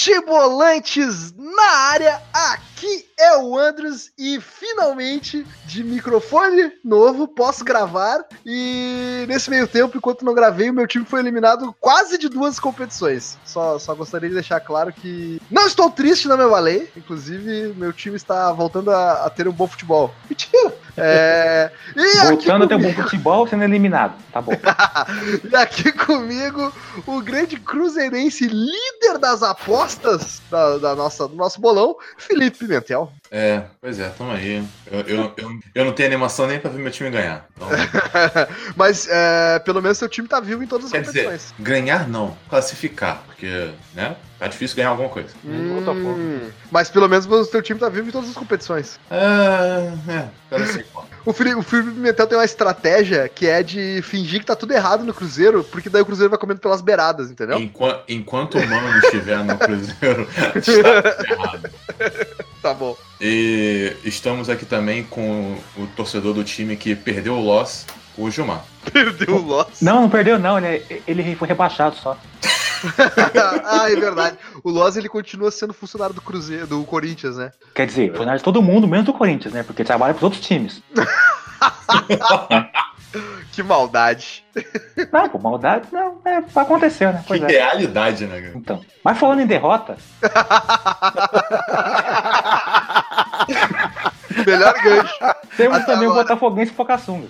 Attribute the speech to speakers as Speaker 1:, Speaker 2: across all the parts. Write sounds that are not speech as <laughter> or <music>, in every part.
Speaker 1: Futebolantes na área, aqui é o Andros e finalmente de microfone novo posso gravar. E nesse meio tempo, enquanto não gravei, o meu time foi eliminado quase de duas competições. Só, só gostaria de deixar claro que não estou triste, não me abalei. Inclusive, meu time está voltando a, a ter um bom futebol. Mentira! É, e aqui
Speaker 2: Voltando até o
Speaker 1: comigo-
Speaker 2: bom futebol, sendo eliminado. Tá bom.
Speaker 1: e aqui <laughs> comigo, o grande cruzeirense, líder das apostas da, da nossa, do nosso bolão, Felipe Pimentel. <laughs>
Speaker 3: É, pois é, tamo aí. Eu, eu, eu, eu não tenho animação nem pra ver meu time ganhar. Então,
Speaker 1: Mas é, pelo menos seu time tá vivo em todas as
Speaker 3: Quer dizer,
Speaker 1: competições.
Speaker 3: ganhar não, classificar, porque, né? Tá difícil ganhar alguma coisa.
Speaker 2: Hum,
Speaker 1: Hum, mas pelo menos o seu time tá vivo em todas as competições.
Speaker 3: É, é, eu não sei qual.
Speaker 1: O Felipe, o Felipe Pimentel tem uma estratégia que é de fingir que tá tudo errado no Cruzeiro, porque daí o Cruzeiro vai comendo pelas beiradas, entendeu?
Speaker 3: Enqua- enquanto o Mano estiver no Cruzeiro, <laughs> tá tudo errado.
Speaker 1: Tá bom.
Speaker 3: E estamos aqui também com o torcedor do time que perdeu o Loss, o Gilmar.
Speaker 1: <laughs> Perdeu o Loss.
Speaker 2: Não, não perdeu, não. Ele, ele foi rebaixado só.
Speaker 1: <laughs> ah, é verdade. O Loss ele continua sendo funcionário do Cruzeiro, do Corinthians, né?
Speaker 2: Quer dizer, foi na área de todo mundo, menos do Corinthians, né? Porque trabalha pros outros times.
Speaker 1: Que maldade.
Speaker 2: Não, pô, maldade não. É, aconteceu, né?
Speaker 3: Que
Speaker 2: Pois é.
Speaker 3: realidade, né, cara?
Speaker 2: Então. Mas falando em derrota,
Speaker 1: <laughs> Melhor gancho.
Speaker 2: temos
Speaker 1: Até
Speaker 2: um também o
Speaker 1: agora.
Speaker 2: Botafoguense e o Pocassunga.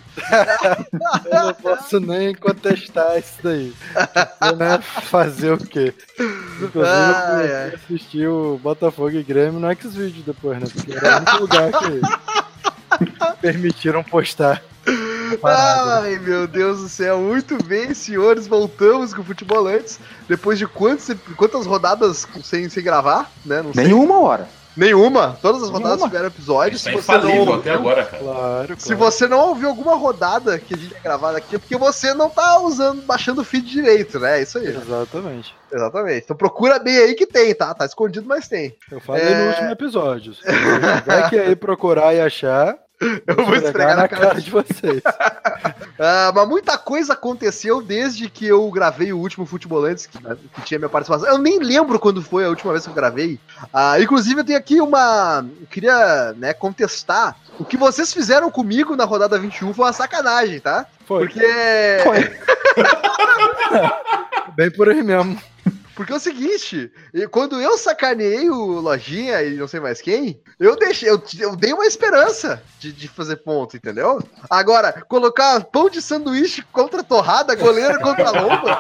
Speaker 4: Eu não posso nem contestar isso daí. Porque, né, fazer o quê? Inclusive,
Speaker 1: Ai,
Speaker 4: eu comecei
Speaker 1: ai.
Speaker 4: a assistir o Botafogo e Grêmio no X-Video depois, né? Porque era o único lugar que
Speaker 1: <laughs>
Speaker 4: permitiram postar. a parada.
Speaker 1: Ai, meu Deus do céu. Muito bem, senhores. Voltamos com o futebol antes. Depois de quantos, quantas rodadas sem, sem gravar, né? Não sei.
Speaker 2: Nenhuma hora.
Speaker 1: Nenhuma. Todas as rodadas
Speaker 2: Nenhuma.
Speaker 1: tiveram
Speaker 3: A
Speaker 1: episódios.
Speaker 3: gente tá
Speaker 1: Se você, não
Speaker 3: infalível até
Speaker 1: ouviu,
Speaker 3: agora, cara.
Speaker 4: Claro, claro.
Speaker 1: se você não ouviu alguma rodada que a gente ia gravar aqui, é porque você não tá usando, baixando o feed direito, né? É isso aí.
Speaker 4: Exatamente.
Speaker 1: Exatamente. Então procura bem aí que tem, tá? Tá escondido, mas tem.
Speaker 4: Eu falei
Speaker 1: É.
Speaker 4: no último episódio. Se você tiver que aí procurar e achar,
Speaker 1: Eu vou esfregar na cara
Speaker 4: de vocês.
Speaker 1: Ah, mas muita coisa aconteceu desde que eu gravei o último Futebolantes, que, que tinha minha participação. Eu nem lembro quando foi a última vez que eu gravei. Ah, inclusive, eu tenho aqui uma. Eu queria né, contestar. O que vocês fizeram comigo na rodada 21 foi uma sacanagem, tá?
Speaker 4: Foi
Speaker 1: Porque.
Speaker 2: Foi.
Speaker 4: bem por aí mesmo.
Speaker 1: Porque é o seguinte, eu- quando eu sacaneei o Lojinha e não sei mais quem, eu deixei, eu, eu dei uma esperança de, de fazer ponto, entendeu? Agora, colocar pão de sanduíche contra torrada, goleiro contra lomba.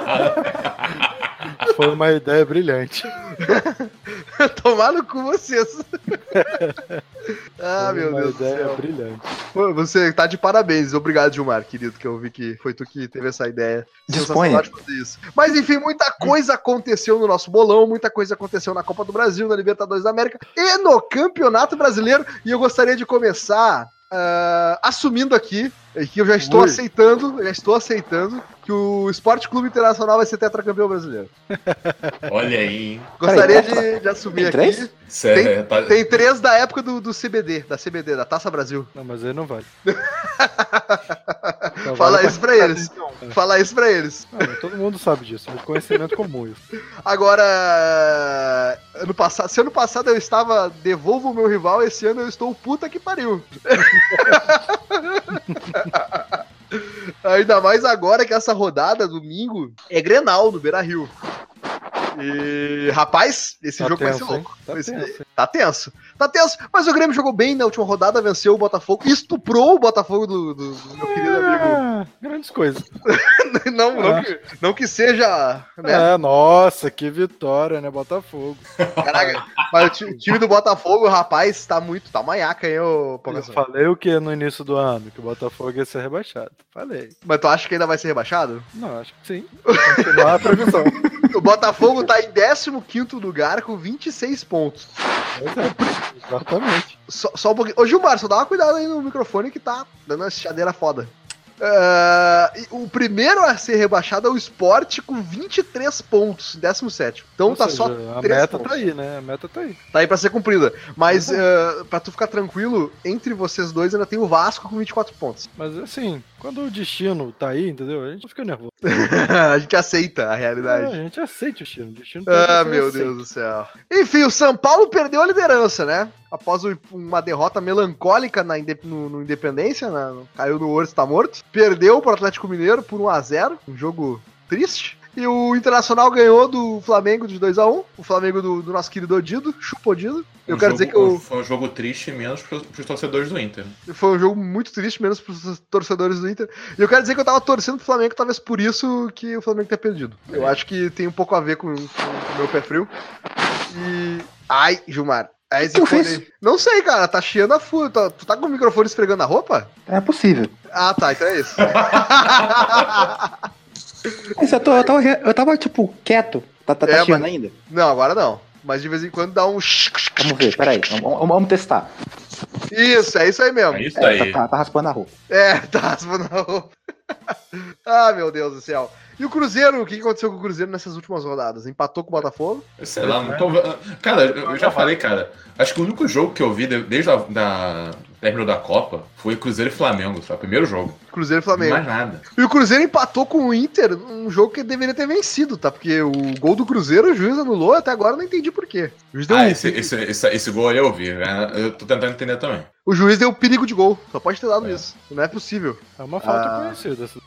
Speaker 4: Foi uma ideia brilhante.
Speaker 1: <laughs> Tomar no cu
Speaker 4: <laughs>
Speaker 1: vocês. ah,
Speaker 4: Foi
Speaker 1: meu
Speaker 4: uma
Speaker 1: Deus do
Speaker 4: ideia
Speaker 1: céu.
Speaker 4: brilhante.
Speaker 1: Pô, Você tá de parabéns. Obrigado, Gilmar, querido, que eu vi que foi tu que teve essa ideia.
Speaker 2: Disponha.
Speaker 1: Sensacional de fazer isso. Mas enfim, muita coisa aconteceu no nosso bolão, muita coisa aconteceu na Copa do Brasil, na Libertadores da América e no Campeonato Brasileiro. E eu gostaria de começar ah, assumindo aqui eh, que eu já estou
Speaker 4: Ui.
Speaker 1: aceitando, já estou aceitando que o Esporte Clube Internacional vai ser tetracampeão brasileiro.
Speaker 3: Olha aí, hein?
Speaker 1: Gostaria
Speaker 2: Peraí,
Speaker 1: de, de assumir
Speaker 2: tem
Speaker 1: aqui.
Speaker 2: três?
Speaker 3: Cê
Speaker 1: Tem-
Speaker 3: tá-
Speaker 1: Tem três da época do, do CBD, da CBD, da Taça Brasil.
Speaker 4: Não, mas aí
Speaker 1: <laughs>
Speaker 4: não vale. Só
Speaker 1: Fala
Speaker 4: Então vale
Speaker 1: isso pra eles. Fala isso pra eles.
Speaker 4: pra- Não, todo mundo sabe disso. É um conhecimento comum. isso.
Speaker 1: Agora, ano passado, se ano passado eu estava devolvo o meu rival, esse ano eu estou puta que
Speaker 4: <laughs>
Speaker 1: pariu. Ainda mais agora que essa rodada, domingo, é Grenal no Beira Rio. E, rapaz, esse
Speaker 4: Tá
Speaker 1: jogo vai ser
Speaker 4: tenso, hein?
Speaker 1: louco.
Speaker 4: Tá
Speaker 1: Vai ser-
Speaker 4: tenso, hein?
Speaker 1: Tá tenso. Tá tenso. Mas o Grêmio jogou bem na última rodada, venceu o Botafogo, estuprou o Botafogo do, do- do meu querido amigo.
Speaker 4: Ah, grandes coisas.
Speaker 1: <laughs> Não, não, que, não que seja. Né?
Speaker 4: É, nossa, que vitória, né? Botafogo.
Speaker 1: Caraca, mas o ti- o time do Botafogo, rapaz, tá muito. Tá manhaca, hein, ô
Speaker 4: Eu
Speaker 1: Pocasson?
Speaker 4: falei o que no início do ano? Que o Botafogo ia ser rebaixado. Falei.
Speaker 1: Mas tu acha que ainda vai ser rebaixado?
Speaker 4: Não, acho que sim. Continuar
Speaker 1: <laughs>
Speaker 4: a previsão.
Speaker 1: O Botafogo tá em 15 lugar com 26 pontos.
Speaker 4: Pois é, Exatamente.
Speaker 1: Só, só um pouquinho. Ô Gilmar, só dá uma cuidada aí no microfone que tá dando uma chadeira foda. Ah, e o primeiro a ser rebaixado é o Sport com 23 pontos, 17. Então
Speaker 4: Ou
Speaker 1: tá
Speaker 4: seja,
Speaker 1: só
Speaker 4: A
Speaker 1: três
Speaker 4: meta
Speaker 1: pontos.
Speaker 4: tá aí, né? A meta tá aí.
Speaker 1: Tá aí pra ser cumprida. Mas eh, pra tu ficar tranquilo, entre vocês dois ainda tem o Vasco com 24 pontos.
Speaker 4: Mas assim, quando o destino tá aí, entendeu? A gente não fica nervoso.
Speaker 1: <laughs> a gente aceita a
Speaker 4: Ah, a
Speaker 1: realidade.
Speaker 4: gente aceita o Chino. O Chino
Speaker 1: Ah, meu Deus do céu. Enfim, o São Paulo perdeu a liderança, né? Após o- uma derrota melancólica na, Inde- no, no Independência, na- no- caiu no Ouro, está morto. Perdeu para o Atlético Mineiro por 1x0, um jogo triste. E o Internacional ganhou do Flamengo de 2x1, o Flamengo do, do nosso querido Odido, chupa Odido. Eu
Speaker 3: Um
Speaker 1: quero
Speaker 3: jogo-
Speaker 1: dizer que o,
Speaker 3: Foi um jogo triste, menos pros, pros torcedores do Inter.
Speaker 1: foi um jogo muito triste, menos para os torcedores do Inter. E eu quero dizer que eu tava torcendo pro Flamengo, talvez por isso que o Flamengo tenha perdido. Eu
Speaker 2: É.
Speaker 1: acho que tem um pouco a ver com com o meu pé frio. E. Ai, Gilmar. Aí
Speaker 2: que eu
Speaker 1: você
Speaker 2: fiz?
Speaker 1: Não sei, cara. Tá chiando a fúria. Tá- Tu tá com o microfone esfregando a roupa?
Speaker 2: É possível.
Speaker 1: Ah, tá. Então
Speaker 2: <laughs>
Speaker 1: é isso.
Speaker 2: Mas eu, tô- eu tava, eu tava, tipo, quieto. Tá, tá, tá
Speaker 1: É,
Speaker 2: chiando ainda?
Speaker 1: não, agora não. Mas de vez em quando dá um. <laughs>
Speaker 2: Vamos ver, peraí. Vamos, vamos- vamos testar.
Speaker 1: Isso, é isso aí mesmo.
Speaker 3: É isso
Speaker 2: É,
Speaker 3: aí.
Speaker 2: tá, tá- tá raspando a roupa.
Speaker 1: É, <laughs> tá, se for na roupa. <laughs> ah, meu Deus do céu. E o Cruzeiro, o que aconteceu com o Cruzeiro nessas últimas rodadas? Empatou com o Botafogo?
Speaker 3: Sei lá, não tô... Cara, eu já falei, cara. Acho que o único jogo que eu vi de- desde a, da o término da Copa foi Cruzeiro e Flamengo, só o primeiro jogo.
Speaker 1: Cruzeiro e Flamengo.
Speaker 3: Mais nada.
Speaker 1: E o Cruzeiro empatou com o Inter, um jogo que deveria ter vencido, tá? Porque o gol do Cruzeiro o juiz anulou, até agora eu não entendi por quê. O juiz deu,
Speaker 3: Ah,
Speaker 1: um-
Speaker 3: esse, esse, esse, esse gol aí eu vi. né? Eu tô tentando entender também.
Speaker 1: o juiz deu um perigo de gol, só pode ter dado
Speaker 3: É.
Speaker 1: isso. Não é possível. <laughs>
Speaker 4: É uma falta
Speaker 1: Ah.
Speaker 4: conhecida. essa-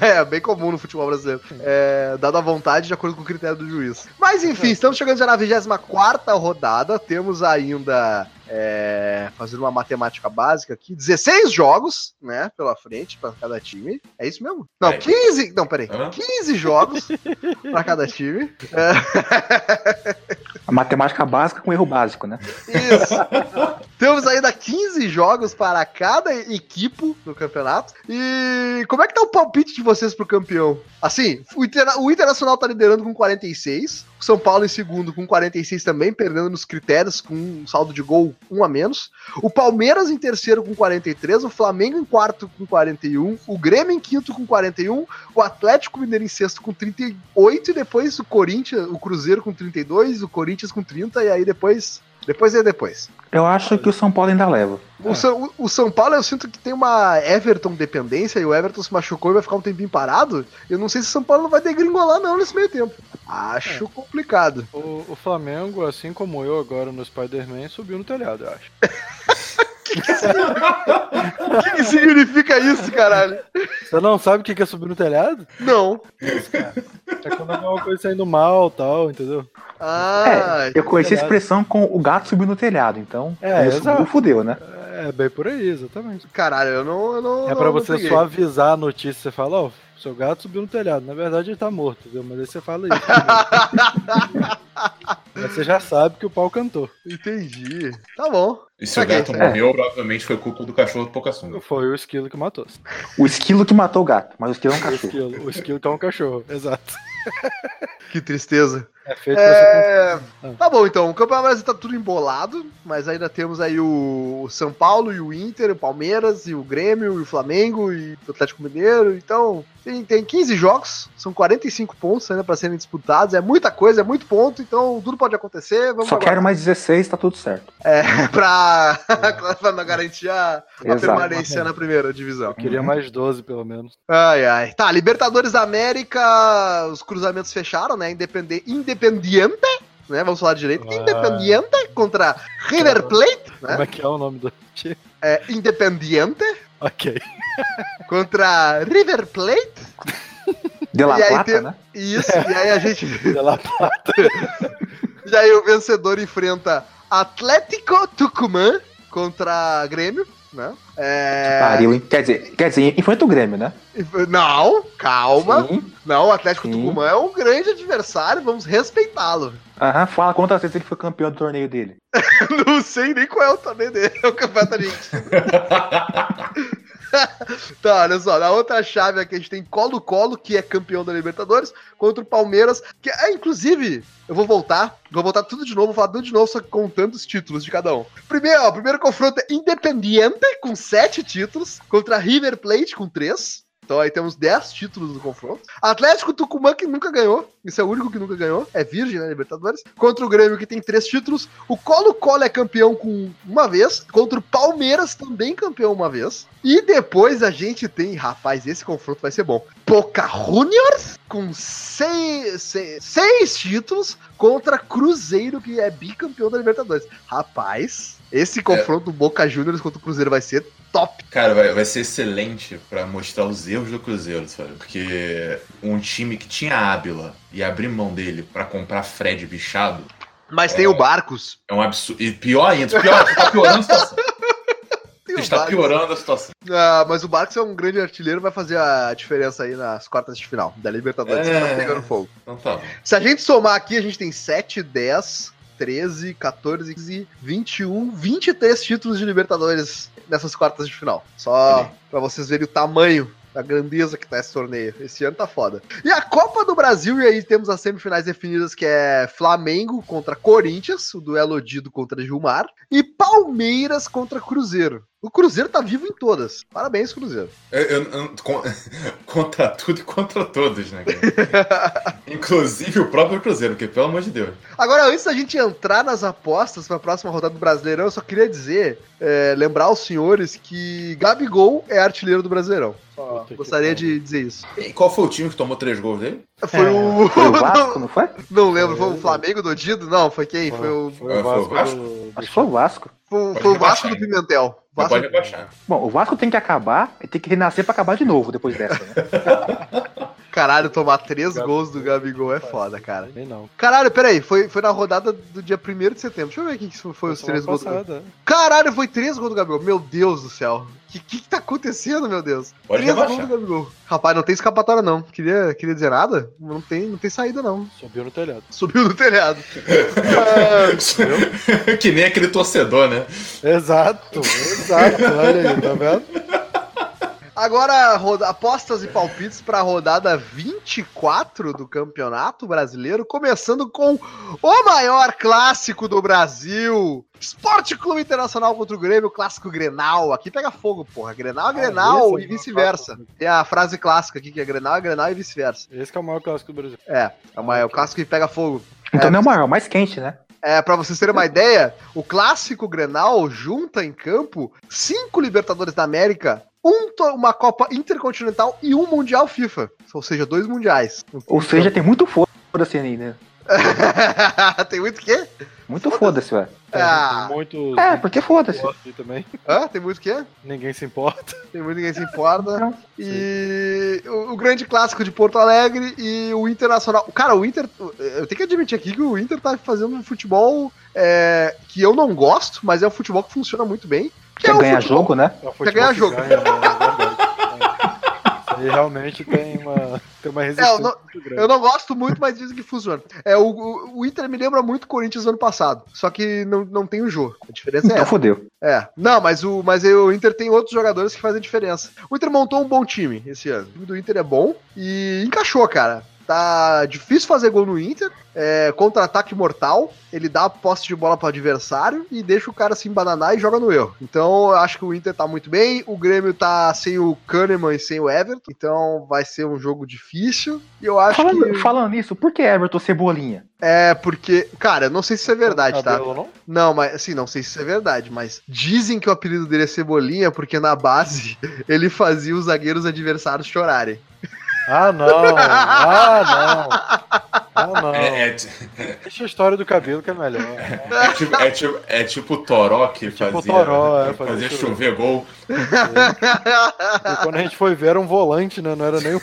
Speaker 1: É, é bem comum no futebol brasileiro. É, dado à vontade, de acordo com o critério do juiz. Mas
Speaker 3: É.
Speaker 1: enfim, estamos chegando já na 24 rodada, temos ainda. É, fazendo uma matemática básica aqui, 16 jogos, né, pela frente para cada time. É isso mesmo? Não,
Speaker 3: É.
Speaker 1: 15. Não, peraí.
Speaker 3: Hã?
Speaker 1: 15 jogos para cada time.
Speaker 2: A matemática básica com erro básico, né?
Speaker 1: Isso. Temos ainda 15 jogos para cada equipo no campeonato. E como é que tá o palpite de vocês pro campeão? Assim, o, Interna- o Internacional tá liderando com 46, o São Paulo em segundo com 46 também, perdendo nos critérios com um saldo de gol um a menos. O Palmeiras em terceiro com 43, o Flamengo em quarto com 41, o Grêmio em quinto com 41, o Atlético Mineiro em sexto com 38 e depois o Corinthians, o Cruzeiro com 32, o Corinthians com 30 e aí depois depois é depois.
Speaker 2: Eu acho que o São Paulo ainda leva.
Speaker 1: O, São, o- o São Paulo, eu sinto que tem uma Everton dependência e o Everton se machucou e vai ficar um tempinho parado. Eu não sei se o São Paulo não vai degringolar, não, nesse meio tempo. Acho complicado.
Speaker 4: O, o Flamengo, assim como eu agora no Spider-Man, subiu no telhado, eu acho.
Speaker 1: O <laughs> que, que significa isso, caralho?
Speaker 4: Você não sabe o que que é subir no telhado?
Speaker 1: Não.
Speaker 4: É quando alguma coisa tá indo mal tal, entendeu?
Speaker 1: Ah,
Speaker 2: É,
Speaker 4: É,
Speaker 2: Eu conheci a
Speaker 4: telhado.
Speaker 2: expressão com o gato subindo no telhado, então.
Speaker 4: É,
Speaker 2: ele
Speaker 4: exato.
Speaker 2: subiu, fudeu, né?
Speaker 4: É bem por aí, exatamente.
Speaker 1: caralho, eu não. Eu não
Speaker 4: É
Speaker 1: não-
Speaker 4: pra
Speaker 1: não
Speaker 4: você
Speaker 1: peguei.
Speaker 4: suavizar a notícia. Você fala, ó, seu gato subiu no telhado. Na verdade ele tá morto, entendeu? Mas aí você fala isso. né?
Speaker 1: <laughs>
Speaker 4: Mas você já sabe que o pau cantou.
Speaker 1: Entendi. Tá bom.
Speaker 3: E se o
Speaker 1: Ok,
Speaker 3: gato
Speaker 1: é.
Speaker 3: morreu, provavelmente foi culpa do cachorro do Pocassunga.
Speaker 4: Foi o esquilo que matou.
Speaker 2: O esquilo que matou o gato, mas o esquilo é um
Speaker 4: O
Speaker 2: cachorro.
Speaker 4: esquilo, o esquilo que é um cachorro, exato.
Speaker 1: Que tristeza.
Speaker 4: É feito pra
Speaker 1: É,
Speaker 4: pensar.
Speaker 1: Tá bom, então. O Campeonato Brasileiro tá tudo embolado, mas ainda temos aí o o São Paulo e o Inter, o Palmeiras e o Grêmio e o Flamengo e o Atlético Mineiro. Então, tem, tem 15 jogos, são 45 pontos ainda para serem disputados. É muita coisa, é muito ponto, então tudo pode acontecer. Vamos
Speaker 2: Só quero mais 16, tá tudo certo.
Speaker 1: para <laughs> garantir a, a
Speaker 2: Exato.
Speaker 1: permanência na primeira divisão.
Speaker 4: você- Queria mais 12, pelo menos.
Speaker 1: Ai, ai. Tá, Libertadores da América, os cruzamentos fecharam, né? Independe... Independiente, né? Vamos falar direito.
Speaker 4: Ah.
Speaker 1: Independiente contra River Plate, né?
Speaker 4: Como é que é o nome do time?
Speaker 1: É, Independiente
Speaker 4: Ok.
Speaker 1: contra River Plate.
Speaker 2: De La
Speaker 1: E aí
Speaker 2: Plata,
Speaker 1: tem-
Speaker 2: né?
Speaker 1: Isso, e aí a gente.
Speaker 4: Sei lá,
Speaker 1: E aí o vencedor enfrenta Atlético Tucumã contra Grêmio, né? É...
Speaker 2: Pariu, hein? Quer dizer, quer dizer, enfrenta o Grêmio, né?
Speaker 1: Não, calma.
Speaker 2: Sim.
Speaker 1: Não, o Atlético
Speaker 2: Sim.
Speaker 1: Tucumã é um grande adversário, vamos respeitá-lo.
Speaker 2: Aham, fala quantas vezes ele foi campeão do torneio dele.
Speaker 1: Não sei nem qual é o torneio dele, <laughs> é o campeonato argentino. tá, olha só, na outra chave aqui a gente tem Colo-Colo, que é campeão da Libertadores, contra o Palmeiras, que é, inclusive, eu vou voltar, vou voltar tudo de novo, vou falar tudo de novo, só que contando os títulos de cada um. Primeiro, ó, o primeiro confronto é Independiente, com sete títulos, contra River Plate, com três. Então aí temos 10 títulos no confronto. Atlético Tucumã, que nunca ganhou. Esse é o único que nunca ganhou. É virgem, né, Libertadores. Contra o Grêmio, que tem 3 títulos. O Colo-Colo é campeão com uma vez. Contra o Palmeiras, também campeão uma vez. E depois a gente tem... Rapaz, esse confronto vai ser bom. Boca Juniors com seis, seis, seis títulos contra Cruzeiro, que é bicampeão da Libertadores. Rapaz, esse
Speaker 3: É.
Speaker 1: confronto do Boca Juniors contra o Cruzeiro vai ser top.
Speaker 3: Cara, vai, vai ser excelente pra mostrar os erros do Cruzeiro, sabe? Porque um time que tinha Ábila e abrir mão dele pra comprar Fred bichado
Speaker 1: Mas tem o Barcos.
Speaker 3: é um absurdo. E pior ainda, pior, você tá piorando
Speaker 1: <laughs>
Speaker 3: a situação.
Speaker 1: Tem
Speaker 3: Você
Speaker 1: o
Speaker 3: está
Speaker 1: Barcos.
Speaker 3: piorando a situação.
Speaker 1: Ah, mas o Barcos é um grande artilheiro, vai fazer a diferença aí nas quartas de final da Libertadores.
Speaker 3: É.
Speaker 1: Tá pegando fogo.
Speaker 3: Então tá bom.
Speaker 1: Se a gente somar aqui, a gente tem 7, 10, 13, 14, 15, 21, 23 títulos de Libertadores nessas quartas de final. Só
Speaker 3: Olha aí.
Speaker 1: pra vocês verem o tamanho. A grandeza que tá esse torneio. Esse ano tá foda. E a Copa do Brasil, e aí temos as semifinais definidas, que é Flamengo contra Corinthians, o duelo Odido contra Gilmar, e Palmeiras contra Cruzeiro. O Cruzeiro tá vivo em todas. Parabéns, Cruzeiro.
Speaker 3: Eu- eu- eu- con- <laughs> contra tudo e contra todos, né? Cara? Inclusive o próprio Cruzeiro, porque pelo amor de Deus.
Speaker 1: Agora, antes da gente entrar nas apostas para a próxima rodada do Brasileirão, eu só queria dizer, é, lembrar aos senhores que Gabigol é artilheiro do Brasileirão. Só
Speaker 4: Puta que
Speaker 1: gostaria
Speaker 4: pariu.
Speaker 1: de dizer isso.
Speaker 3: E qual foi o time que tomou três gols dele?
Speaker 1: Foi
Speaker 2: É,
Speaker 1: o.
Speaker 2: Foi o Vasco, não foi?
Speaker 1: não, não lembro, foi o Flamengo do Dido? Não, foi quem? Foi o,
Speaker 4: É. Foi
Speaker 3: Ah,
Speaker 4: o
Speaker 3: foi o
Speaker 4: Vasco do- do
Speaker 2: Acho que foi o Vasco.
Speaker 1: foi o-
Speaker 3: Pode
Speaker 1: foi o
Speaker 3: rebaixar,
Speaker 1: Vasco do
Speaker 3: hein?
Speaker 1: Pimentel.
Speaker 3: Não
Speaker 1: Vasco
Speaker 3: pode rebaixar.
Speaker 2: Bom, o Vasco tem que acabar e tem que renascer pra acabar de novo depois dessa, né?
Speaker 1: Caralho, tomar três
Speaker 4: Gabigol.
Speaker 1: gols do Gabigol é foda, cara.
Speaker 4: Nem não.
Speaker 1: Caralho, peraí, foi, foi na rodada do dia 1 de setembro. Deixa eu ver quem que foi os três gols. do-
Speaker 4: passada.
Speaker 1: Caralho, foi três gols do Gabigol. Meu Deus do céu. O que, que que tá acontecendo, meu Deus?
Speaker 3: Pode
Speaker 1: Três gols
Speaker 3: rebaixar.
Speaker 1: do Gabigol. Rapaz, não tem escapatória, não. Queria, queria dizer nada? Não tem, não tem saída, não. <laughs>
Speaker 4: Subiu no telhado.
Speaker 1: Subiu do telhado. Ah,
Speaker 3: <laughs> que nem aquele torcedor, né?
Speaker 4: Exato, <laughs> exato. Olha aí, tá vendo?
Speaker 1: agora, roda- apostas e palpites para a rodada 24 do Campeonato Brasileiro, começando com o maior clássico do Brasil. Esporte Clube Internacional contra o Grêmio, clássico Grenal. Aqui pega fogo, porra. Grenal é Grenal
Speaker 4: esse
Speaker 1: e
Speaker 4: é o
Speaker 1: vice-versa. Tem a frase clássica aqui que é Grenal é Grenal e vice-versa.
Speaker 4: Esse que é o maior clássico do Brasil.
Speaker 1: É, é o maior clássico que pega fogo.
Speaker 2: Então não é o maior, é o mais quente, né?
Speaker 1: É, pra vocês terem uma <laughs> ideia, o clássico Grenal junta em campo cinco Libertadores da América, um to- uma Copa Intercontinental e um Mundial FIFA. Ou seja, dois mundiais. <laughs>
Speaker 2: Ou seja, tem muito foda-se aí, né?
Speaker 1: Tem muito o quê?
Speaker 2: Muito foda-se, velho.
Speaker 1: Ah.
Speaker 4: É, Tem muitos
Speaker 2: É, porque foda-se.
Speaker 4: aqui também.
Speaker 1: Hã? Tem muito o quê?
Speaker 4: Ninguém se importa.
Speaker 1: Tem muito ninguém se importa. E o, o grande clássico de Porto Alegre e o Internacional. Cara, o Inter. Eu tenho que admitir aqui que o Inter tá fazendo um futebol é, que eu não gosto, mas é um futebol que funciona muito bem. Que
Speaker 2: Quer
Speaker 1: o
Speaker 2: ganhar
Speaker 1: futebol-
Speaker 2: jogo, né?
Speaker 4: É o
Speaker 1: Quer
Speaker 4: futebol
Speaker 1: ganhar
Speaker 4: que
Speaker 1: jogo.
Speaker 4: ganha, né? É verdade. Isso aí realmente tem uma, tem uma resistência
Speaker 1: É, eu não-
Speaker 4: muito grande.
Speaker 1: Eu não gosto muito, mas dizem que funciona. É, o, o, o Inter me lembra muito o Corinthians ano passado. Só que não, não tem o jogo. A diferença é
Speaker 2: Então
Speaker 1: essa.
Speaker 2: fodeu.
Speaker 1: É. Não, mas o, mas o Inter tem outros jogadores que fazem diferença. O Inter montou um bom time esse ano. O time do Inter é bom e encaixou, cara. Tá difícil fazer gol no Inter. É, Contra-ataque mortal. Ele dá a posse de bola para adversário e deixa o cara se embananar e joga no erro. Então eu acho que o Inter tá muito bem. O Grêmio tá sem o Kahneman e sem o Everton. Então vai ser um jogo difícil. E eu acho
Speaker 2: Falando,
Speaker 1: que.
Speaker 2: falando nisso, por que Everton Cebolinha?
Speaker 1: É, porque, cara, eu não sei se isso é verdade, tá?
Speaker 4: Cabelo, não?
Speaker 1: Não, mas assim, não sei se isso é verdade, mas dizem que o apelido dele é Cebolinha porque na base <laughs> ele fazia os zagueiros adversários chorarem.
Speaker 4: Ah, não. Ah, não. Ah,
Speaker 1: <laughs>
Speaker 4: não.
Speaker 3: É, é,
Speaker 4: Deixa a história do cabelo que é melhor.
Speaker 3: é tipo, é, tipo, é tipo o Toró que
Speaker 4: tipo o
Speaker 3: fazia,
Speaker 4: Toró, é,
Speaker 3: fazia,
Speaker 4: fazia
Speaker 3: chover gol.
Speaker 4: E Tipo, quando a gente foi ver, era um volante, né? Não
Speaker 3: <laughs>
Speaker 4: era nem um.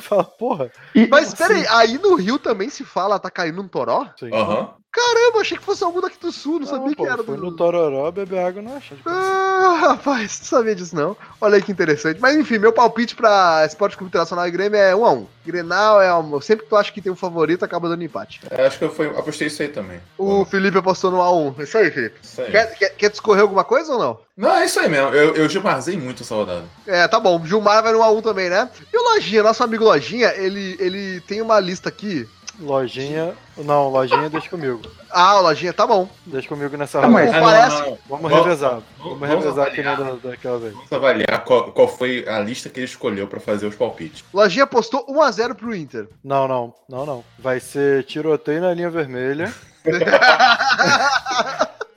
Speaker 4: Fala, porra.
Speaker 2: E,
Speaker 1: Mas peraí, aí no Rio também se fala tá caindo um toró?
Speaker 4: Sim.
Speaker 3: Aham.
Speaker 1: Caramba, achei que fosse algum daqui do sul, não, sabia
Speaker 4: pô,
Speaker 1: que era do
Speaker 4: Fui no Tororó beber água não acha. Tipo,
Speaker 1: Ah, rapaz, não sabia disso não. Olha aí que interessante. Mas enfim, meu palpite pra Esporte Clube Internacional e Grêmio é 1x1. Grenal é uma... Sempre que tu acha que tem um favorito, acaba dando empate.
Speaker 3: É, acho que eu fui, apostei isso aí também.
Speaker 1: O Felipe apostou no A1. É isso aí, Felipe.
Speaker 3: Isso aí.
Speaker 1: Quer, quer, quer discorrer alguma coisa ou não?
Speaker 3: Não, é isso aí mesmo. Eu, eu gilmarzei muito essa rodada.
Speaker 1: É, tá bom. Gilmar vai no A1 também, né? E o Lojinha, nosso amigo Lojinha, ele, ele tem uma lista aqui.
Speaker 4: Lojinha. Não, lojinha deixa comigo.
Speaker 1: Ah, o Lojinha, tá bom.
Speaker 4: Deixa comigo nessa
Speaker 2: Tá,
Speaker 4: roda.
Speaker 2: mas-
Speaker 1: Ah, parece-
Speaker 4: Vamos
Speaker 3: Vamos-
Speaker 4: revezar. Vamos,
Speaker 3: vamos
Speaker 4: revezar aqui
Speaker 3: avaliar.
Speaker 4: na, daquela vez.
Speaker 3: Vamos avaliar qual, qual foi a lista que ele escolheu pra fazer os palpites.
Speaker 1: Lojinha apostou 1x0 pro Inter.
Speaker 4: Não, não,
Speaker 1: <laughs>
Speaker 4: não, não. Vai ser tiroteio na linha vermelha.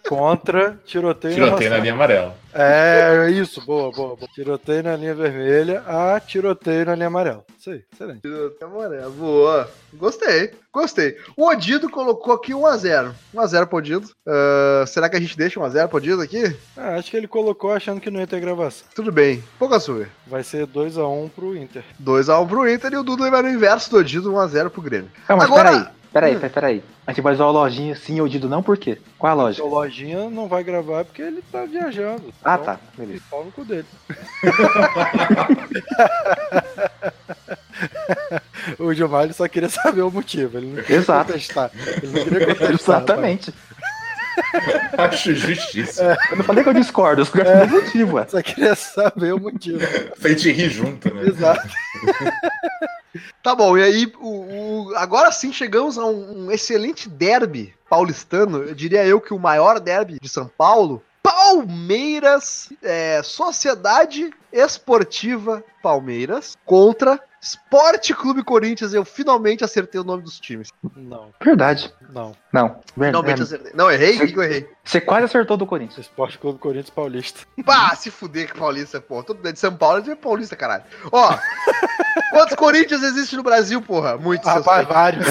Speaker 4: Contra, tiroteio,
Speaker 3: Tiroteio na
Speaker 4: na
Speaker 3: linha amarela.
Speaker 4: É, isso, boa, boa, boa. Tiroteio na linha vermelha a tiroteio na linha amarela. Isso aí, excelente.
Speaker 1: Até amarelo. Tá né? Boa. Gostei, gostei. O Odido colocou aqui 1x0. 1x0 pro Odido. Ah, será que a gente deixa 1x0 pro Odido aqui?
Speaker 4: Ah, acho que ele colocou achando que não ia ter gravação.
Speaker 1: Tudo bem. Pouco açúcar.
Speaker 4: Vai ser 2x1 pro Inter.
Speaker 1: 2x1 pro Inter e o Dudu vai no inverso do Odido, 1x0 pro Grêmio.
Speaker 2: Ah, mas
Speaker 1: Agora- Hum.
Speaker 2: peraí, peraí, peraí, peraí. A gente vai usar a lojinha sim, Odido não, por quê? Qual a loja?
Speaker 4: O Lojinha não vai gravar porque ele tá viajando.
Speaker 2: Ah,
Speaker 4: Então,
Speaker 2: tá, beleza.
Speaker 4: pau no
Speaker 2: <laughs>
Speaker 4: cu dele. o Gilmar ele só queria saber o motivo. Ele não queria
Speaker 1: <laughs>
Speaker 2: Exato.
Speaker 4: contestar. Ele não queria contestar.
Speaker 2: Exatamente.
Speaker 3: <laughs> Acho justíssimo.
Speaker 4: É.
Speaker 2: Eu não falei que eu discordo, eu
Speaker 1: É.
Speaker 2: só quero saber o motivo, ué.
Speaker 4: rapaz. Só queria saber o motivo.
Speaker 3: Pra gente rir junto, né?
Speaker 4: Exato.
Speaker 1: Tá bom, e aí, o, o- agora sim chegamos a um, um excelente derby paulistano. Eu diria eu que o maior derby de São Paulo. Palmeiras, é, Sociedade Esportiva Palmeiras contra Esporte Clube Corinthians. Eu finalmente acertei o nome dos times.
Speaker 4: Não,
Speaker 2: Verdade.
Speaker 4: não.
Speaker 2: Não.
Speaker 1: Finalmente
Speaker 2: Verdade.
Speaker 1: acertei. Não, errei? O que que eu errei?
Speaker 2: Você quase acertou do Corinthians.
Speaker 4: Esporte Clube Corinthians Paulista.
Speaker 1: Pá, se fuder que paulista, porra. Todo mundo é de São Paulo é de paulista, caralho. Ó, <laughs> quantos Corinthians existe no Brasil, porra? Muitos. seus
Speaker 4: Rapaz, vários.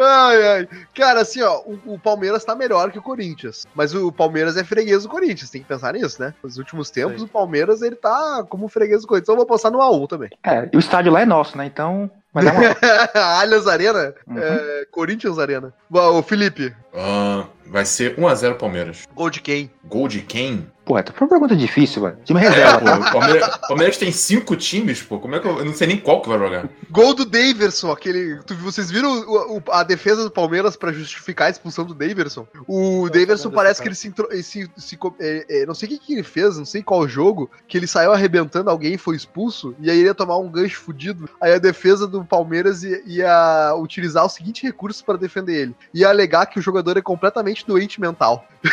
Speaker 1: Ai, ai. Cara, assim, ó, o, o Palmeiras tá melhor que o Corinthians. Mas o Palmeiras é freguês do Corinthians, tem que pensar nisso, né? Nos últimos tempos,
Speaker 4: Sim.
Speaker 1: o Palmeiras, ele tá como freguês do Corinthians. Então eu vou postar no AU também.
Speaker 2: <laughs>
Speaker 1: <laughs>
Speaker 2: É, e o estádio lá é nosso, né? Então. Mas é uma.
Speaker 1: Allianz Arena,
Speaker 2: Uhum.
Speaker 1: é, Corinthians Arena. Bom, Ô, Felipe,
Speaker 3: Ah, vai ser 1x0 Palmeiras.
Speaker 1: gol de quem?
Speaker 3: Gol de quem? É,
Speaker 2: Pô, essa foi uma pergunta difícil, velho. Time
Speaker 1: É.
Speaker 4: É.
Speaker 2: reserva,
Speaker 3: Pô,
Speaker 2: tá?
Speaker 3: o Palmeiras, o Palmeiras tem cinco times, pô. Como é que eu, eu não sei nem qual que vai jogar?
Speaker 1: Gol do Daverson, aquele. tu- vocês viram o- o- a defesa do Palmeiras pra justificar a expulsão do Daverson? O Daverson
Speaker 4: lembro
Speaker 1: parece
Speaker 4: desse
Speaker 1: que ele se. entro- ele se- se co- é, é, não sei o que, que ele fez, não sei qual jogo, que ele saiu arrebentando alguém e foi expulso, e aí ele ia tomar um gancho fudido. Aí a defesa do Palmeiras ia, ia utilizar o seguinte recurso pra defender ele: ia alegar que o jogador é completamente doente mental. <laughs>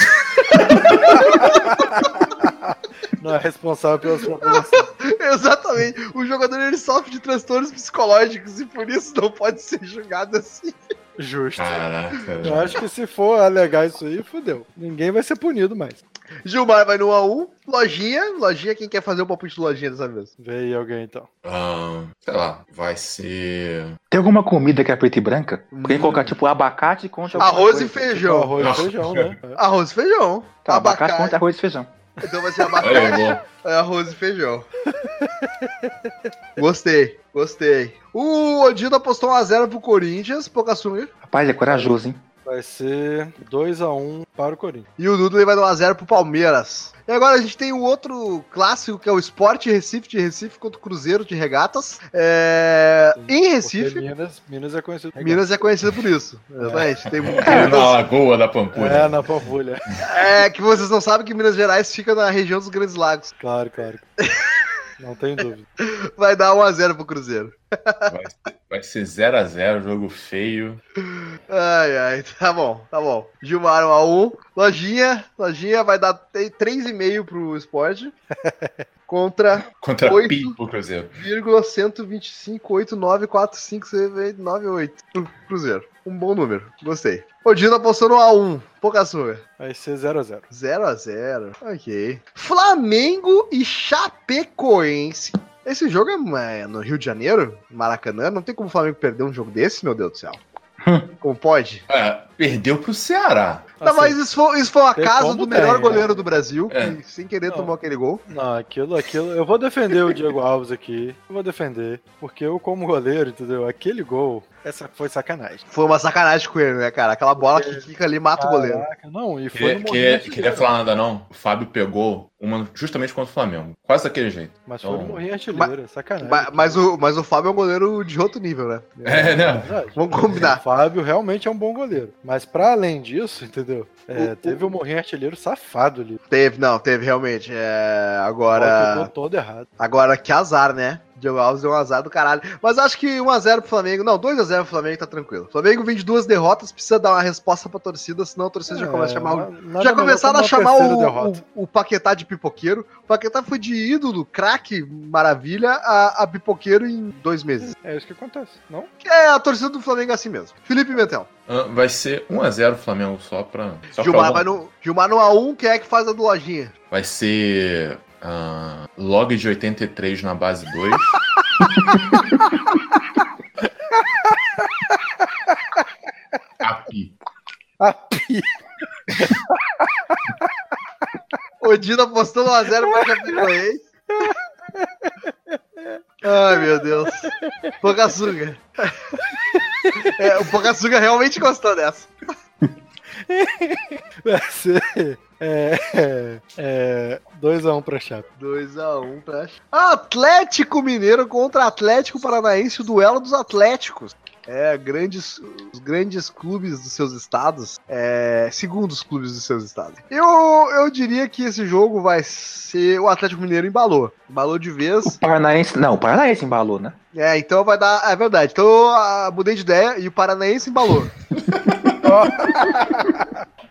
Speaker 4: Não é responsável pelas proporções.
Speaker 1: Exatamente. O jogador ele sofre de transtornos psicológicos e por isso não pode ser julgado assim.
Speaker 4: Justo. Eu
Speaker 3: Caraca.
Speaker 4: acho que se for alegar isso aí, fodeu. Ninguém vai ser punido mais.
Speaker 1: Gilmar vai no 1x1. Lojinha. Lojinha, quem quer fazer o palpite do Lojinha dessa vez?
Speaker 4: Vê aí alguém então.
Speaker 3: Ah, sei lá, vai ser.
Speaker 2: Tem alguma comida que é preta e branca? Porque tem que colocar, tipo, abacate contra. alguma
Speaker 1: Hum. Arroz e
Speaker 2: coisa.
Speaker 4: Tipo,
Speaker 1: feijão.
Speaker 4: arroz
Speaker 3: Não.
Speaker 4: e
Speaker 3: <laughs>
Speaker 4: feijão, né?
Speaker 1: um Arroz e feijão.
Speaker 2: Tá, abacate,
Speaker 1: abacate.
Speaker 2: contra arroz e feijão.
Speaker 1: Então vai ser
Speaker 3: Olha aí,
Speaker 1: abacate,
Speaker 3: gol.
Speaker 1: arroz e feijão. gostei, gostei. O Odino apostou 1x0 pro Corinthians, pouca açúcar.
Speaker 2: Rapaz, é corajoso, hein?
Speaker 4: Vai ser 2x1 para o Corinthians.
Speaker 1: E o Dudley vai dar 1x0 pro Palmeiras. E agora a gente tem o outro clássico, que é o Sport Recife de Recife contra o Cruzeiro de Regatas. É, Em
Speaker 4: Porque
Speaker 1: Recife,
Speaker 4: Minas, Minas é conhecido.
Speaker 1: Minas é conhecido por isso. Exatamente. Tem
Speaker 3: Ele na Lagoa da Pampulha.
Speaker 4: É, na Pampulha.
Speaker 1: É que vocês não sabem que Minas Gerais fica na região dos Grandes Lagos.
Speaker 4: <laughs> Claro, claro. Não tem dúvida.
Speaker 1: Vai dar 1x0 pro Cruzeiro.
Speaker 3: Vai
Speaker 4: É.
Speaker 3: ser- Vai ser 0x0, jogo feio.
Speaker 1: Ai, ai, tá bom, tá bom. Gilmar 1x1. Lojinha, Lojinha vai dar te- 3,5 pro esporte. Contra
Speaker 3: Contra
Speaker 1: Oito.
Speaker 3: Pi pro Cruzeiro.
Speaker 1: 1,125,8945,98 pro Cruzeiro. Um bom número, gostei. O Dino apostou no A1, pouca sua.
Speaker 4: Vai ser 0x0.
Speaker 1: 0x0, ok. Flamengo e Chapecoense. Esse jogo é é, no Rio de Janeiro, Maracanã. Não tem como o Flamengo perder um jogo desse, meu Deus do
Speaker 4: <laughs>
Speaker 1: céu. como pode?
Speaker 3: Ah, perdeu pro Ceará.
Speaker 1: Não, Tá, mas isso foi, isso foi um
Speaker 4: Assim, tem
Speaker 1: acaso
Speaker 4: como
Speaker 1: do melhor
Speaker 4: tem, né?
Speaker 1: goleiro do Brasil,
Speaker 3: É.
Speaker 1: que sem querer
Speaker 4: Não.
Speaker 1: tomou aquele gol.
Speaker 4: Não, aquilo, aquilo. Eu vou defender o Diego Alves aqui. Eu vou defender. Porque eu, como goleiro, entendeu? Aquele gol essa foi sacanagem.
Speaker 1: Foi uma sacanagem com ele, né, cara? Aquela bola
Speaker 4: É.
Speaker 1: que fica ali e mata o goleiro.
Speaker 4: Caraca, não, e foi
Speaker 3: Queria,
Speaker 4: no
Speaker 3: queria,
Speaker 4: morrinho.
Speaker 3: queria falar nada, não. O Fábio pegou uma justamente contra o Flamengo. Quase daquele jeito.
Speaker 4: Mas foi no
Speaker 3: Então-
Speaker 4: morrinho artilheiro, é sacanagem.
Speaker 1: Ma- Mas, o, mas o Fábio é um goleiro de outro nível, né?
Speaker 3: É, né?
Speaker 4: Verdade.
Speaker 1: Vamos combinar.
Speaker 4: O Fábio realmente é um bom goleiro. Mas pra além disso, entendeu? É,
Speaker 1: O-
Speaker 4: teve um morrinho artilheiro safado ali.
Speaker 1: Teve, não, teve realmente. É,
Speaker 4: Bola que
Speaker 1: agora,
Speaker 4: deu todo errado.
Speaker 1: agora que azar, né? Diego Alves deu um azar do caralho. Mas acho que 1x0 pro Flamengo. Não, 2x0 pro Flamengo tá tranquilo. O Flamengo vem de duas derrotas, precisa dar uma resposta pra torcida, senão a torcida
Speaker 4: É,
Speaker 1: já começa a chamar. o- Já começaram a chamar o, o- o Paquetá de pipoqueiro. O Paquetá foi de ídolo, craque, maravilha, a, a pipoqueiro em dois meses.
Speaker 4: É isso que acontece, não? <laughs>
Speaker 1: Que É a torcida do Flamengo é assim mesmo. Felipe Mentel.
Speaker 3: Ah, Vai ser 1x0 Flamengo só pra. Só
Speaker 1: Gilmar,
Speaker 3: pra
Speaker 1: vai no, Gilmar no A1, quem é que faz a do Lojinha?
Speaker 3: Vai ser. ah, log de 83 na base 2. <laughs> Api.
Speaker 1: O Dino apostou 1x0 pra Chapecoense. Ai, meu Deus. Pocasuga. É, o Pocasuga realmente gostou dessa.
Speaker 4: Vai ser. É. É. 2x1 pra Chape.
Speaker 1: 2x1 pra Atlético Mineiro contra Atlético Paranaense, o duelo dos Atléticos. É, grandes, os grandes clubes dos seus estados, é, segundo os clubes dos seus estados. Eu, eu diria que esse jogo vai ser. O Atlético Mineiro embalou. Embalou de vez.
Speaker 2: O Paranaense. Não, o Paranaense embalou, né?
Speaker 1: É, então vai dar. É verdade. Então eu ah, mudei de ideia e o Paranaense embalou.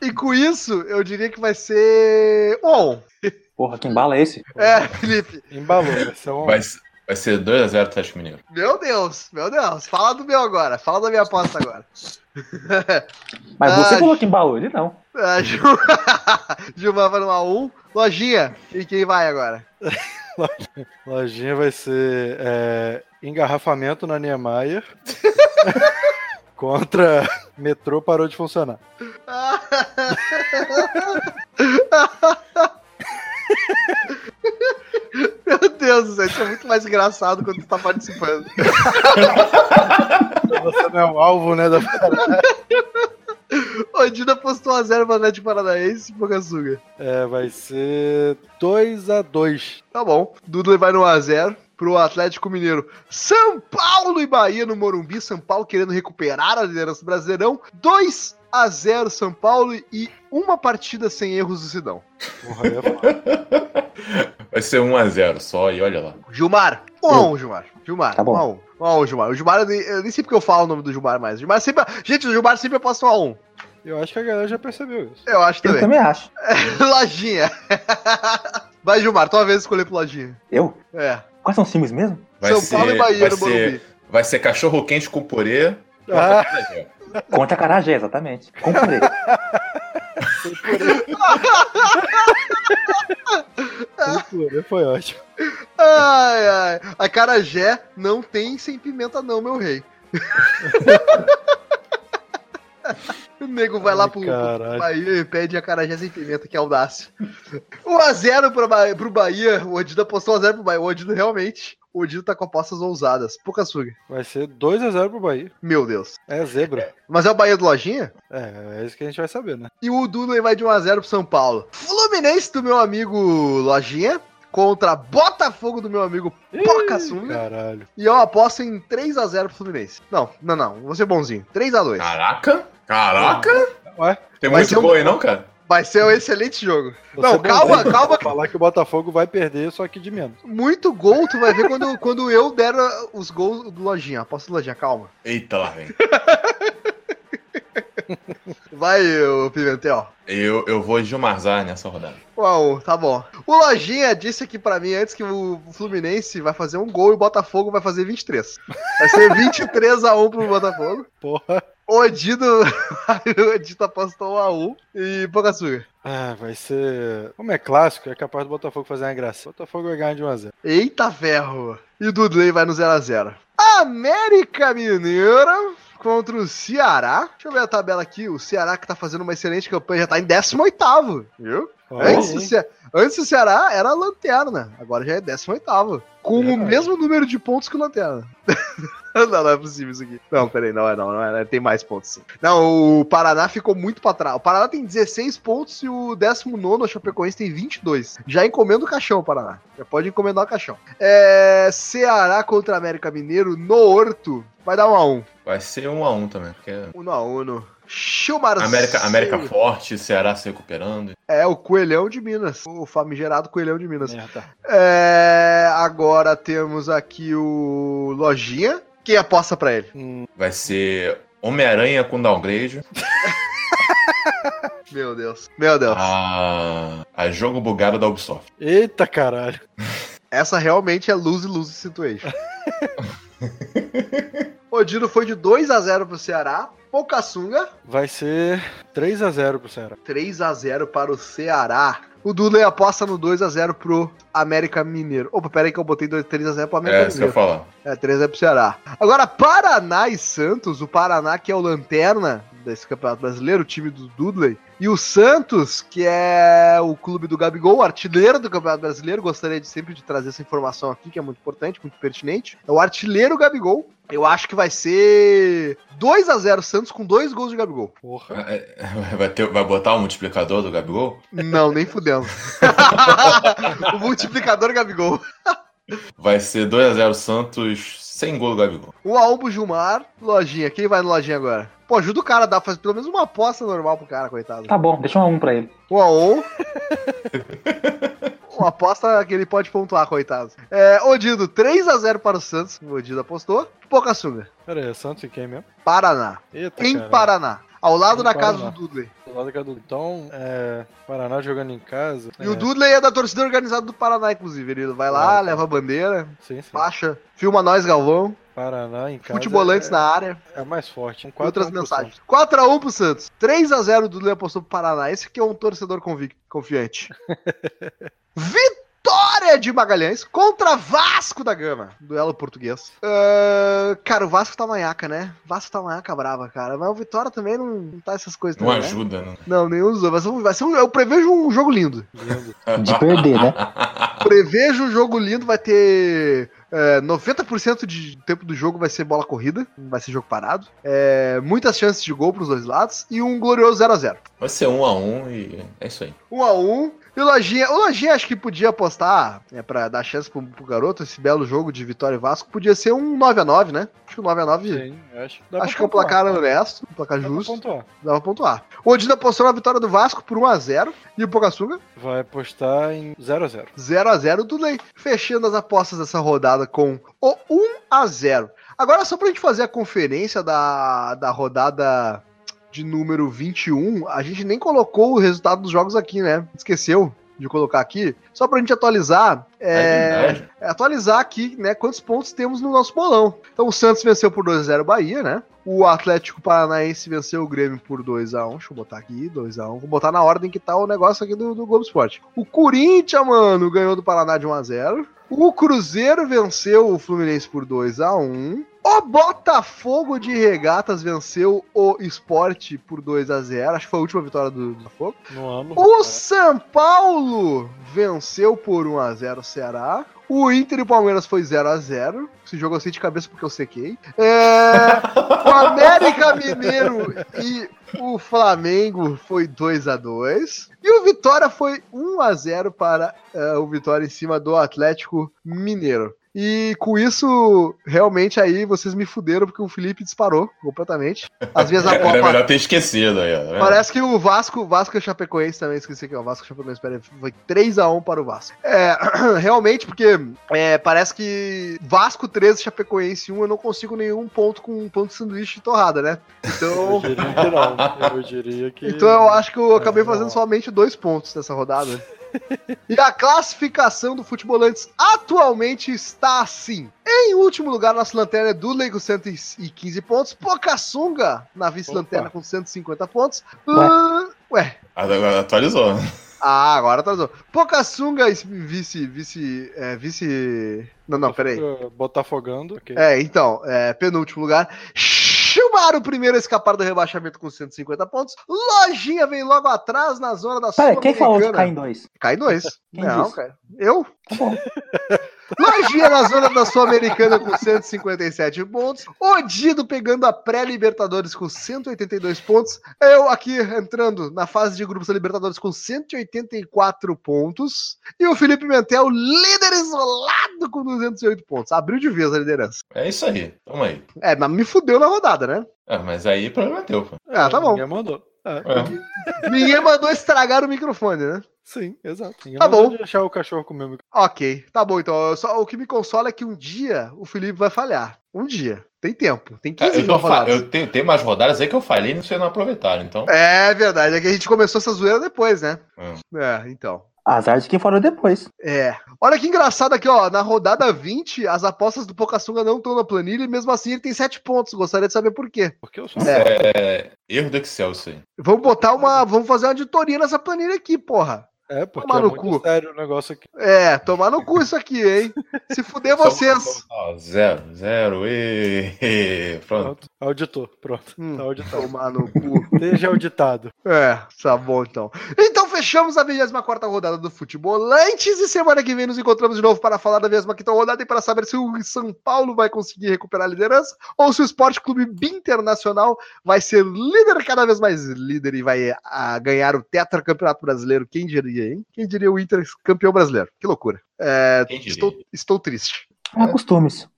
Speaker 1: e com isso, eu diria que vai ser. On!
Speaker 2: Porra, que embala é esse?
Speaker 1: É, Felipe.
Speaker 4: Embalou, vai ser um.
Speaker 3: Vai, ser- vai ser 2x0 Atlético Mineiro.
Speaker 1: Meu Deus, meu Deus. Fala do meu agora. Fala da minha aposta agora.
Speaker 2: Mas
Speaker 1: Ah,
Speaker 2: você falou que embalou, ele não.
Speaker 1: Ah, <laughs> Gil... Gilmar vai no A1. Lojinha. E quem vai agora? <laughs>
Speaker 4: Lojinha vai ser é, engarrafamento na Niemeyer <laughs> contra metrô parou de funcionar.
Speaker 1: Meu Deus do céu, isso é muito mais engraçado quando tu tá participando.
Speaker 4: Você não é o alvo, né? Da... <laughs>
Speaker 1: O Dina postou 1x0 pro Atlético Paranaense e Pocasuga.
Speaker 4: É, vai ser 2x2.
Speaker 1: Tá bom. Dudu vai no 1x0 pro Atlético Mineiro. São Paulo e Bahia no Morumbi. São Paulo querendo recuperar a liderança do Brasileirão. 2 a 0 São Paulo e uma partida sem erros do Sidão.
Speaker 4: Porra, aí é foda.
Speaker 3: Vai ser 1x0 só e olha lá.
Speaker 1: Gilmar. 1 a 1 Gilmar. Gilmar.
Speaker 2: Tá bom.
Speaker 1: 1 a 1. 1 a 1, Gilmar. O Gilmar, eu nem- eu nem sei porque eu falo o nome do Gilmar mais. O Gilmar sempre... Gente, o Gilmar sempre aposta 1 a 1.
Speaker 4: <laughs> Eu acho que a galera já percebeu <laughs> isso.
Speaker 1: Eu acho
Speaker 2: Eu
Speaker 1: também.
Speaker 2: também acho.
Speaker 1: <laughs> Lojinha. Vai, Gilmar. Tua vez de escolher pro Lojinha.
Speaker 2: Eu?
Speaker 1: É.
Speaker 2: Quais são os times mesmo?
Speaker 3: Vai
Speaker 1: São
Speaker 3: ser,
Speaker 1: Paulo e Bahia
Speaker 3: vai
Speaker 1: no
Speaker 3: ser,
Speaker 1: Morumbi.
Speaker 3: vai ser cachorro quente com purê.
Speaker 4: Ah,
Speaker 2: Contra a Carajé, exatamente. Comprei.
Speaker 4: cultura, foi ótimo.
Speaker 1: Ai, ai. A Carajé não tem sem pimenta, não, meu rei. <laughs> o nego vai lá
Speaker 4: Ai,
Speaker 1: pro, pro
Speaker 4: caralho.
Speaker 1: Bahia e pede a Carajé sem pimenta, que é audácia. 1x0 pro, Ba- pro Bahia. O Odino apostou 1x0 pro Bahia. O Odino realmente. O Odino tá com apostas ousadas. Pouca suga.
Speaker 4: Vai ser 2x0 pro Bahia.
Speaker 1: Meu Deus.
Speaker 4: É zebra.
Speaker 1: Mas é o Bahia do Lojinha?
Speaker 4: É, é isso que a gente vai saber, né?
Speaker 1: E o Dunley vai de 1x0 pro São Paulo. Fluminense do meu amigo Lojinha contra Botafogo do meu amigo Pocassunga.
Speaker 4: Caralho.
Speaker 1: E eu aposto em 3x0 pro Fluminense. Não, não, não. Vou ser bonzinho. 3x2.
Speaker 3: Ah. Caraca! Caraca!
Speaker 4: Ué?
Speaker 3: Tem
Speaker 1: Vai ser
Speaker 3: muito
Speaker 1: um-
Speaker 3: gol aí, não, cara?
Speaker 1: Vai ser um excelente jogo.
Speaker 4: Você
Speaker 1: Não, calma,
Speaker 4: deve
Speaker 1: calma.
Speaker 4: Falar que o Botafogo vai perder, só que de menos.
Speaker 1: Muito gol, tu vai ver quando, quando eu der uh, os gols do Lojinha. Aposto do Lojinha, calma.
Speaker 3: Eita, lá vem.
Speaker 1: Vai, ô Pimentel.
Speaker 3: Eu, eu vou de Gilmarzar nessa rodada.
Speaker 1: Uau, tá bom. O Lojinha disse aqui pra mim antes que o Fluminense vai fazer um gol e o Botafogo vai fazer 23. Vai ser 23 a 1 pro Botafogo.
Speaker 4: Porra.
Speaker 1: O Odino, <laughs> o Odino apostou 1 a 1 e Pocasuga.
Speaker 4: Ah, vai ser. Como é clássico, é capaz do Botafogo fazer uma graça. O Botafogo vai ganhar de 1x0.
Speaker 1: Eita ferro! E Dudley vai no 0x0. América Mineira contra o Ceará. Deixa eu ver a tabela aqui. O Ceará que tá fazendo uma excelente campanha já tá em 18º, viu?
Speaker 4: Olha
Speaker 1: Antes,
Speaker 4: aí,
Speaker 1: o
Speaker 4: hein?
Speaker 1: Ce- antes o Ceará era a lanterna, agora já é 18º. Com o
Speaker 4: Verdade.
Speaker 1: mesmo número de pontos que o Lanterna. <laughs> não, não é possível isso aqui. Não, peraí, não é não. não é, tem mais pontos sim. Não, o Paraná ficou muito pra trás. O Paraná tem 16 pontos e o 19, a Chapecoense, tem 22. Já encomenda o caixão, o Paraná. Já pode encomendar o caixão. É, Ceará contra América Mineiro no Horto. Vai dar um a um.
Speaker 3: Vai ser 1x1 também, porque
Speaker 1: Uno a um uno. Chilmar
Speaker 3: América, América forte, Ceará se recuperando.
Speaker 1: É, o Coelhão de Minas. O famigerado Coelhão de Minas.
Speaker 4: Merda.
Speaker 1: É, agora temos aqui o Lojinha. Quem aposta pra ele?
Speaker 3: Vai ser Homem-Aranha com downgrade.
Speaker 1: Meu Deus. Meu Deus.
Speaker 3: Ah. A, a jogo bugado da Ubisoft.
Speaker 4: Eita caralho.
Speaker 1: Essa realmente é lose lose situation. <laughs> o Dino foi de 2 a 0 pro Ceará. Pocassunga,
Speaker 4: Vai ser 3x0 pro Ceará.
Speaker 1: 3 a 0 para o Ceará. O Dudley aposta no 2 a 0 pro América Mineiro. Opa, pera aí que eu botei 2 3 a 0 pro América
Speaker 3: É, isso que eu ia
Speaker 1: Mineiro.
Speaker 3: falar.
Speaker 1: É, 3 a 0 pro Ceará. Agora Paraná e Santos, o Paraná que é o lanterna desse Campeonato Brasileiro, o time do Dudley, e o Santos, que é o clube do Gabigol, artilheiro do Campeonato Brasileiro, gostaria de sempre de trazer essa informação aqui, que é muito importante, muito pertinente. É o artilheiro Gabigol. Eu acho que vai ser 2 a 0 Santos com dois gols de Gabigol.
Speaker 4: Porra.
Speaker 3: Vai- É, Vai, ter, vai botar o multiplicador do Gabigol?
Speaker 1: Não, nem fudendo. <laughs> o multiplicador Gabigol.
Speaker 3: Vai ser 2x0 Santos sem gol do Gabigol.
Speaker 1: O Albo Gilmar, lojinha. Quem vai no lojinha agora? Pô, ajuda o cara a dar, faz pelo menos uma aposta normal pro cara, coitado.
Speaker 2: Tá bom, deixa um a um pra ele.
Speaker 1: Um a um. Uma aposta que ele pode pontuar, coitado. É, Odido, 3x0 para o Santos. O Odido apostou. Pocassuga,
Speaker 4: Pera aí, é Santos e quem mesmo?
Speaker 1: Paraná.
Speaker 4: Eita
Speaker 1: Em
Speaker 4: caralho.
Speaker 1: Paraná. Ao lado
Speaker 4: Em
Speaker 1: da casa do
Speaker 4: Paraná.
Speaker 1: Dudley.
Speaker 4: Do lado do- Então, é, Paraná jogando em casa.
Speaker 1: E
Speaker 4: é,
Speaker 1: o Dudley é da torcida organizada do Paraná, inclusive. Ele vai lá,
Speaker 4: Claro.
Speaker 1: leva a bandeira,
Speaker 4: Sim, sim.
Speaker 1: baixa, filma nós, Galvão.
Speaker 4: Paraná em casa.
Speaker 1: Futebolantes
Speaker 4: é,
Speaker 1: na área.
Speaker 4: é mais forte. Um
Speaker 1: Com
Speaker 4: 4
Speaker 1: outras
Speaker 4: a 1 pro
Speaker 1: mensagens. 4x1 pro Santos. 3x0 do Leão apostou pro Paraná. Esse aqui é um torcedor convicto, <laughs> confiante. Vitória de Magalhães contra Vasco da Gama. Duelo português. Ah, cara, o Vasco tá manhaca, né? Vasco tá manhaca brava, cara. Mas o Vitória também não, não tá essas coisas
Speaker 3: Não
Speaker 1: também, né?
Speaker 3: ajuda, né?
Speaker 1: Não, nenhum dos dois. Vai ser um- vai ser um- eu prevejo um jogo lindo.
Speaker 4: Santos. Lindo.
Speaker 2: De perder, né?
Speaker 1: Prevejo um jogo lindo, vai ter. é, 90% de tempo do jogo vai ser bola corrida, não vai ser jogo parado. É, muitas chances de gol pros dois lados e um glorioso 0x0.
Speaker 3: <laughs> Vai ser 1x1 e é isso aí.
Speaker 1: 1x1. E o Lojinha, o Lojinha acho que podia apostar, né, pra dar chance pro, pro garoto, esse belo jogo de Vitória e Vasco, podia ser um 9x9, né? Acho que o 9x9
Speaker 4: Sim, eu acho que dá
Speaker 1: acho que
Speaker 4: pra
Speaker 1: é um
Speaker 4: pontuar.
Speaker 1: placar honesto, um placar
Speaker 4: Dá pra
Speaker 1: justo,
Speaker 4: pontuar.
Speaker 1: dá pra pontuar. O Odino apostou na vitória do Vasco por 1x0 e o Pocassuga
Speaker 4: Vai apostar em 0x0.
Speaker 1: 0x0 do Lei. Fechando as apostas dessa rodada com o 1x0. Agora, só pra gente fazer a conferência da, da rodada de número 21, a gente nem colocou o resultado dos jogos aqui, né? Esqueceu de colocar aqui. Só pra gente atualizar. É,
Speaker 3: verdade.
Speaker 1: é atualizar aqui, né, quantos pontos temos no nosso bolão. Então o Santos venceu por 2x0 o Bahia, né? O Atlético Paranaense venceu o Grêmio por 2x1. Deixa eu botar aqui, 2x1. Vou botar na ordem que tá o negócio aqui do, do Globo Esporte. O Corinthians, mano, ganhou do Paraná de 1x0. O Cruzeiro venceu o Fluminense por 2x1. O Botafogo de Regatas venceu o Esporte por 2x0. Acho que foi a última vitória do Botafogo.
Speaker 4: No ano.
Speaker 1: O São Paulo venceu por 1x0 o Ceará. O Inter e o Palmeiras foi 0x0. Esse jogo eu sei de cabeça porque eu sequei. É, o América Mineiro e o Flamengo foi 2x2. E o Vitória foi 1x0 para é, o Vitória em cima do Atlético Mineiro. E com isso, realmente aí vocês me fuderam porque o Felipe disparou completamente. Às
Speaker 3: <laughs>
Speaker 1: vezes a
Speaker 3: Era
Speaker 1: Copa
Speaker 3: melhor ter esquecido aí,
Speaker 4: É.
Speaker 3: ó. tá
Speaker 1: Parece que o Vasco, o Vasco e o Chapecoense também, esqueci que é o Vasco e o Chapecoense, peraí, foi 3x1 para o Vasco. É, <clears throat> realmente, porque é, parece que Vasco 13, Chapecoense 1, eu não consigo nenhum ponto com um ponto de sanduíche e torrada, né?
Speaker 4: <laughs>
Speaker 1: Então,
Speaker 4: Eu diria que não. Eu diria
Speaker 1: <laughs>
Speaker 4: que.
Speaker 1: então eu acho que eu acabei
Speaker 4: É, não.
Speaker 1: fazendo somente dois pontos nessa rodada. <laughs> E a classificação do Futebolantes atualmente está assim. Em último lugar, nossa lanterna é Dudley com 115 pontos. Pocassunga na vice-lanterna
Speaker 4: Opa.
Speaker 1: com 150 pontos.
Speaker 2: Ué.
Speaker 1: Ahn, Ué.
Speaker 3: Agora Atualizou.
Speaker 1: Ah, agora atrasou. Pocassunga es- vice, vice, é, vice... Não, não, peraí.
Speaker 4: Fica Botafogando. ok.
Speaker 1: É, então, é, penúltimo lugar. Chumar o primeiro a escapar do rebaixamento com 150 pontos. Lojinha vem logo atrás na zona da
Speaker 2: Pera, quem falou de
Speaker 1: Sul-Americana.
Speaker 2: cair em dois?
Speaker 1: Cai dois.
Speaker 2: Quem
Speaker 1: não,
Speaker 2: disse?
Speaker 1: cara. Eu? <laughs>
Speaker 2: Tá bom.
Speaker 1: Lojinha na zona da Sul-Americana com 157 pontos. Odido pegando a pré-Libertadores com 182 pontos. Eu aqui entrando na fase de grupos da Libertadores com 184 pontos. E o Felipe Mentel, líder isolado com 208 pontos. Abriu de vez a liderança.
Speaker 3: É isso aí. Tamo aí.
Speaker 1: É, mas me fudeu na rodada, né? ligado?
Speaker 3: Ah, mas aí problema teu, pô.
Speaker 1: Ah, tá bom.
Speaker 4: Ninguém mandou. É.
Speaker 3: É.
Speaker 1: Ninguém mandou estragar o microfone, né?
Speaker 4: Sim, exato. Ninguém
Speaker 1: Tá
Speaker 4: mandou
Speaker 1: bom.
Speaker 4: de achar o cachorro com o mesmo.
Speaker 1: Ok, tá bom então. Eu Só, o que me consola é que um dia o Felipe vai falhar. Um dia. Tem tempo. Tem
Speaker 3: Ah,
Speaker 1: 15
Speaker 3: eu, tô fa-
Speaker 1: rodadas.
Speaker 3: eu tenho, tem umas rodadas aí que eu falei e vocês não aproveitaram, então.
Speaker 1: É verdade, é que a gente começou essa zoeira depois, né?
Speaker 3: Hum.
Speaker 1: É, então.
Speaker 2: Azar de quem falou depois.
Speaker 1: É. Olha que engraçado aqui, ó. Na rodada 20, as apostas do Pocassunga não estão na planilha e mesmo assim ele tem 7 pontos. Gostaria de saber por quê.
Speaker 4: Porque eu sou.
Speaker 1: É.
Speaker 3: Erro do Excel, isso aí.
Speaker 1: Vamos botar uma. Vamos fazer uma auditoria nessa planilha aqui, porra.
Speaker 4: É, porque
Speaker 1: Tomar
Speaker 4: é
Speaker 1: no cu.
Speaker 4: muito sério o negócio aqui.
Speaker 1: É, tomar no cu isso aqui, hein? Se fuder
Speaker 3: Só-
Speaker 1: vocês.
Speaker 3: Ó, zero, zero, e pronto.
Speaker 4: Pronto. Auditor, pronto.
Speaker 1: Hum.
Speaker 4: Tá auditado.
Speaker 1: Tomar no cu.
Speaker 4: Esteja auditado.
Speaker 1: É, tá bom então. Então fechamos a 24 rodada do Futebolantes e semana que vem nos encontramos de novo para falar da 25 rodada e para saber se o São Paulo vai conseguir recuperar a liderança ou se o Esporte Clube Internacional vai ser líder, cada vez mais líder e vai ah, ganhar o tetracampeonato brasileiro. Quem diria, hein? Quem diria o Inter campeão brasileiro? Que loucura. É,
Speaker 3: Quem diria?
Speaker 1: estou, estou triste.
Speaker 2: Há É um costumes.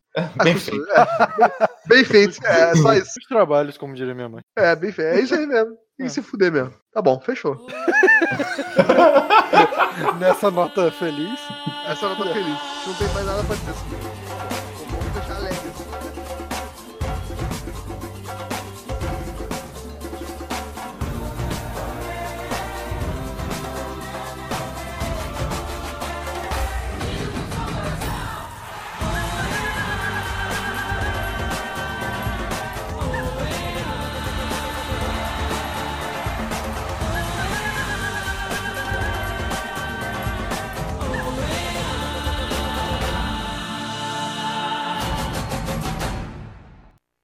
Speaker 3: Bem feito.
Speaker 1: É, bem feito. É, só isso.
Speaker 4: Os trabalhos, como diria minha mãe.
Speaker 1: É, bem feito. É isso aí mesmo. Tem que se fuder mesmo. Tá bom, fechou.
Speaker 4: Nessa nota feliz.
Speaker 1: Essa eu não tô feliz. Não tem mais nada pra dizer. sobre isso.